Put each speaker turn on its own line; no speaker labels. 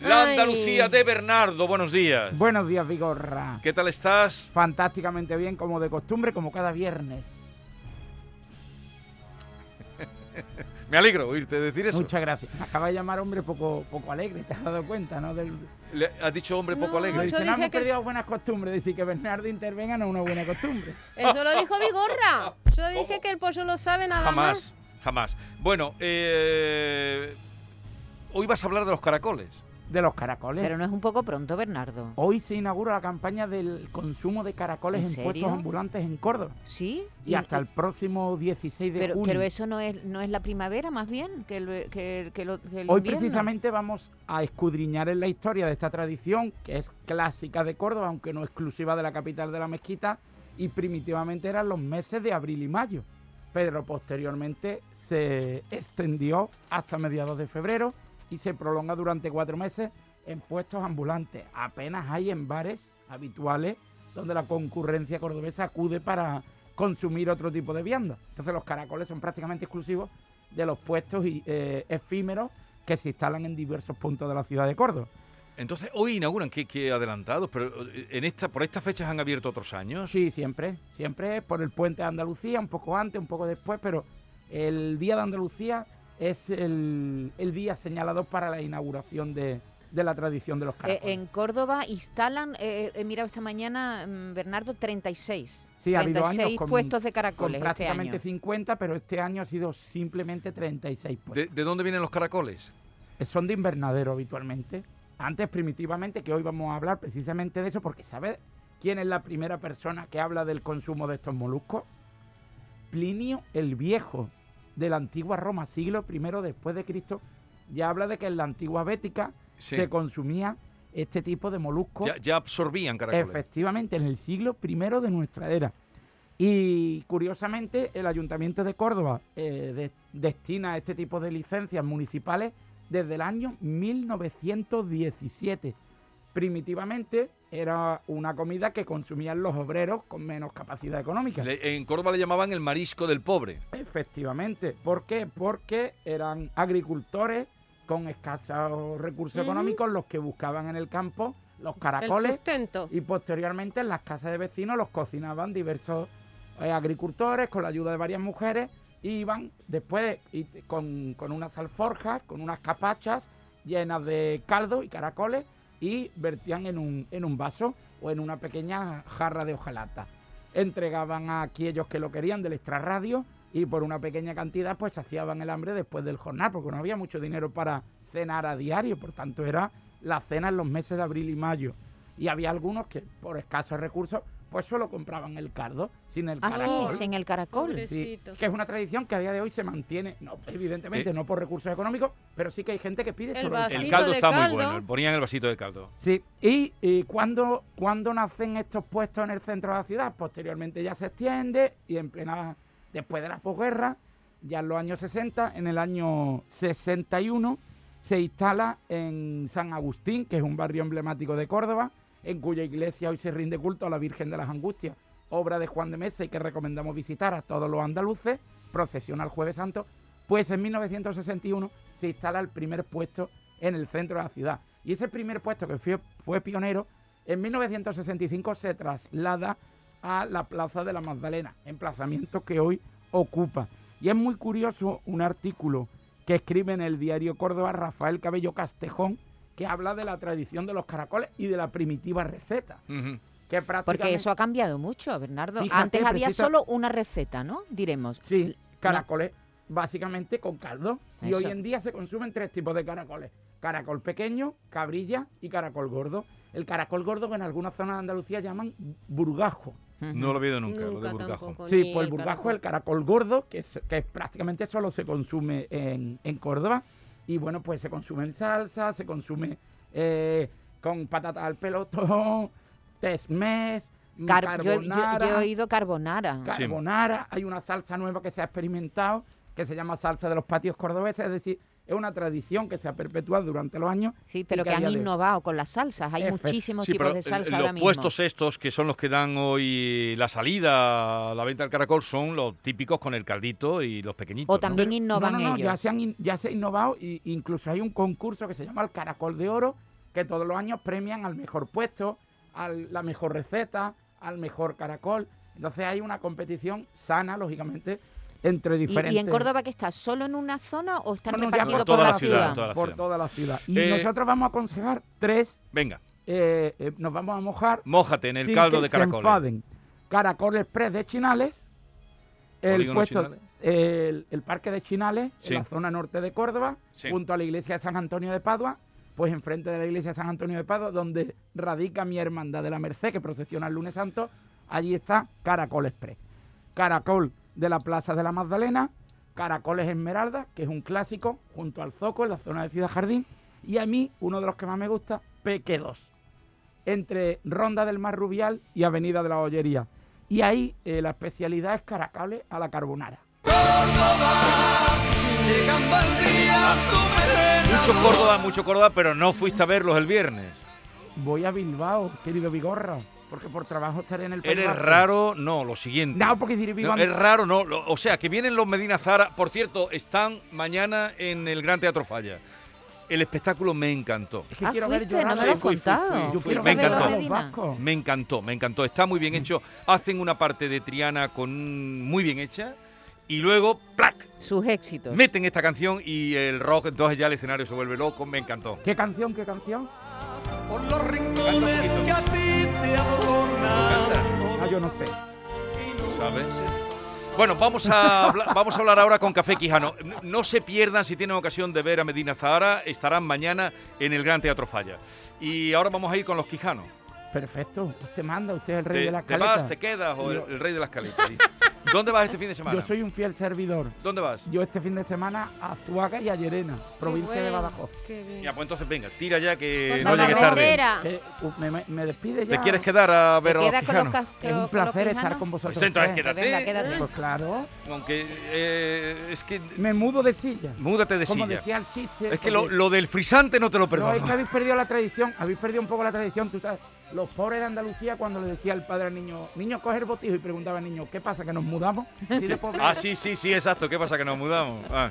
La
Ay.
Andalucía de Bernardo, buenos días.
Buenos días, Vigorra.
¿Qué tal estás?
Fantásticamente bien, como de costumbre, como cada viernes.
Me alegro oírte decir eso.
Muchas gracias. Me acaba de llamar hombre poco, poco alegre, ¿te has dado cuenta, no? Del...
Le- has dicho hombre poco
No,
alegre.
yo-
Dice, no
dije
hemos
que-
perdido buenas costumbres. Decir que Bernardo intervenga no es una buena costumbre.
Eso lo dijo Vigorra. Yo dije que el pollo lo sabe nada
Jamás,
más.
jamás. Bueno, eh, hoy vas a hablar de los caracoles.
De los caracoles.
Pero no es un poco pronto, Bernardo.
Hoy se inaugura la campaña del consumo de caracoles en,
¿En
puestos
serio?
ambulantes en Córdoba.
¿Sí? eh,
Y, hasta el próximo 16 de
pero,
junio.
pero eso no es, no es la primavera, más bien, que el, que, el- que lo- que el
Hoy
invierno.
precisamente vamos a escudriñar en la historia de esta tradición, que es clásica de Córdoba, aunque no exclusiva de la capital de la mezquita, y primitivamente eran los meses de abril y mayo. Pero posteriormente se extendió hasta mediados de febrero y se prolonga durante cuatro meses en puestos ambulantes. Apenas hay en bares habituales donde la concurrencia cordobesa acude para consumir otro tipo de vianda. Entonces los caracoles son prácticamente exclusivos de los puestos y, eh, efímeros que se instalan en diversos puntos de la ciudad de Córdoba.
Entonces, hoy inauguran, qué, qué adelantados, pero eh, en esta, por estas fechas han abierto otros años.
Sí, siempre, siempre por el puente de Andalucía, un poco antes, un poco después, pero el Día de Andalucía es el, el día señalado para la inauguración de, de la tradición de los
Eh,
caracoles.
en Córdoba instalan, eh, he mirado esta mañana, mm, Bernardo, 36.
Sí, ha habido
36
años con-
puestos de
Con
caracoles este año.
prácticamente 50, pero este año ha sido simplemente 36 puestos.
¿De, de dónde vienen los caracoles?
Eh, son de invernadero habitualmente. Antes, primitivamente, que hoy vamos a hablar precisamente de eso, porque ¿sabes quién es la primera persona que habla del consumo de estos moluscos? Plinio el Viejo, de la antigua Roma, siglo I después de Cristo, ya habla de que en la antigua Bética
Sí,
se consumía este tipo de moluscos.
ya, ya absorbían caracoles.
Efectivamente, en el siglo I de nuestra era. Y curiosamente, el Ayuntamiento de Córdoba eh, de- destina este tipo de licencias municipales desde el año 1917. Primitivamente era una comida que consumían los obreros con menos capacidad económica.
Le- en Córdoba le llamaban el marisco del pobre.
Efectivamente. ¿Por qué? Porque eran agricultores con escasos recursos
Ujú.
económicos los que buscaban en el campo los
El
caracoles
sustento.
y posteriormente en las casas de vecinos los cocinaban diversos eh, agricultores con la ayuda de varias mujeres y iban después y t- con, con unas alforjas, con unas capachas llenas de caldo y caracoles y vertían en un, en un vaso o en una pequeña jarra de hojalata. Entregaban a aquellos que lo querían del extrarradio y por una pequeña cantidad pues saciaban el hambre después del jornal porque no había mucho dinero para cenar a diario, por tanto era la cena en los meses de abril y mayo y había algunos que por escasos recursos pues solo compraban el cardo sin el
Ah,
caracol.
sí, sin el caracol.
Pobre.
Sí,
Pobrecito.
que es una tradición que a día de hoy se mantiene, no, evidentemente
Eh.
no por recursos económicos, pero sí que hay gente que pide
El
solo
vasito
El
Vasito
caldo
de
está
caldo.
muy bueno, ponían el vasito de caldo.
Sí, y, eh, cuando, cuando nacen estos puestos en el centro de la ciudad, posteriormente ya se extiende y en plena, después de la posguerra, ya en los años 60, en el año 61, se instala en San Agustín, que es un barrio emblemático de Córdoba, en cuya iglesia hoy se rinde culto a la Virgen de las Angustias, obra de Juan de Mesa y que recomendamos visitar a todos los andaluces, procesión al Jueves Santo, pues en 1961 se instala el primer puesto en el centro de la ciudad. Y ese primer puesto que fue, fue pionero, en 1965 se traslada a la Plaza de la Magdalena, emplazamiento que hoy ocupa. Y es muy curioso un artículo que escribe en el diario Córdoba Rafael Cabello Castejón, que habla de la tradición de los caracoles y de la primitiva receta.
Ujú.
Que prácticamente...
Porque eso ha cambiado mucho, Bernardo.
Fíjate,
Antes había
precisa-
solo una receta, ¿no? Diremos.
Sí, caracoles básicamente con caldo. Y
Eso.
hoy en día se consumen tres tipos de caracoles. Caracol pequeño, cabrilla y caracol gordo. El caracol gordo que en algunas zonas de Andalucía llaman burgajo.
Ujú.
No lo he oído nunca, lo de burgajo.
tampoco,
Sí,
ni
pues el burgajo es el caracol gordo, que, es- que es prácticamente solo se consume en, en Córdoba. Y bueno, pues se consume en salsa, se consume eh, con patata al pelotón, tesmés,
Car- yo, yo- yo
carbonara.
he oído carbonara.
Ca- Sí.
carbonara, hay una salsa nueva que se ha experimentado, que se llama salsa de los patios cordobeses, es decir, es una tradición que se ha perpetuado durante los años.
sí, pero
y
que
a
han
día de hoy.
innovado con las salsas. Hay
Efect-
muchísimos
Sí, pero
tipos de
el-
salsa
los
ahora mismo.
puestos estos, que son los que dan hoy la salida a la venta del caracol, son los típicos con el caldito y los pequeñitos.
O
¿no?
también
Pero-
innovan
no, no, no, Ya
ellos.
se, han in- ya se ha innovado y incluso hay un concurso que se llama el Caracol de Oro, que todos los años premian al mejor puesto, a la mejor receta, al mejor caracol. Entonces hay una competición sana, lógicamente, entre
¿Y-
diferentes.
¿Y, en Córdoba qué está? ¿Solo en una zona o están
No, no, ya
repartidos
por
por
toda
la,
la ciudad,
ciudad?
toda la
por
ciudad.
toda la ciudad. Y
Eh,
nosotros vamos a aconsejar tres,
Venga,
eh, eh, nos vamos a mojar
mójate en el
sin
caldo
que
de
se
caracoles.
enfaden. Caracol Express de Chinales, el
Polígono
puesto,
Chinales.
el, el parque de Chinales,
Sí.
en la zona norte de Córdoba,
Sí.
junto a la iglesia de San Antonio de Padua, pues enfrente de la iglesia de San Antonio de Padua, donde radica mi hermandad de la Merced, que procesiona el lunes santo, allí está Caracol Express. Caracol de la Plaza de la Magdalena, Caracoles Esmeralda, que es un clásico, junto al Zoco, en la zona de Ciudad Jardín, y a mí, uno de los que más me gusta, Peque 2 entre Ronda del Mar Rubial y Avenida de la Hoyería. Y ahí eh, la especialidad es caracoles a la carbonara.
Llegando al día, tú me
Mucho Córdoba, mucho Córdoba, pero no fuiste a verlos el viernes.
Voy a Bilbao, querido Vigorra, porque por trabajo estaré en el País
Eres
Vasco.
raro, no, lo siguiente.
No, porque diré
No,
Bilbao.
es raro, no. lo- o sea, que vienen los Medina Zara. Por cierto, están mañana en el Gran Teatro Falla. El espectáculo me encantó.
es que
Ah,
quiero ver
fuiste, no
llorar
me
a
lo
los-
has contado.
Yo quiero
Me
ver llorar a
encantó.
los vascos.
Me encantó, me encantó. Está muy bien hecho. Hacen una parte de Triana con un- muy bien hecha. Y luego, ¡plac!
Sus éxitos.
Meten esta canción y el rock, entonces ya el escenario se vuelve loco. Me encantó.
¿Qué canción, qué canción?
llevas por los rincones que a ti te adornan.
Ah, yo no sé.
¿Sabes? Bueno, vamos a, hablar, vamos a hablar ahora con Café Quijano. No, no se pierdan si tienen ocasión de ver a Medina Zahara, estarán mañana en el Gran Teatro Falla. Y ahora vamos a ir con los Quijanos.
Perfecto. Usted manda, usted es el rey
¿Te,
de la
te
escaleta.
vas, te quedas o el,
Yo-
el rey de las caletas? ¿Dónde vas este fin de semana?
Yo soy un fiel servidor.
¿Dónde vas?
Yo este fin de semana a Zuaga y a Llerena, provincia de
bueno,
Badajoz.
qué bien.
Ya, pues entonces venga, tira ya que
Con
no
la
llegues tarde.
bandera.
Eh, uh, me, me- me despide ya.
¿Te quieres quedar a
Te
ver a los
quedas con los
Quijanos?
cas-
Es un
con los
placer estar
pijanos.
con vosotros.
Pues entonces
tres.
quédate.
Venga, quédate.
Pues claro.
Aunque eh, es que...
Me mudo de silla.
Múdate de
Como
silla.
decía el chiste.
Es que
porque-
lo, lo del frisante no te lo
No, es que
perdono.
habéis perdido la tradición. Habéis perdido un poco la tradición. Tú sabes, los pobres de Andalucía, cuando le decía al padre al niño, niño, coge el botijo y preguntaba al niño, ¿qué pasa? ¿Que nos mudamos? Sí, de pobre.
Ah, sí, sí, sí, exacto. ¿Qué pasa que nos mudamos? Ah.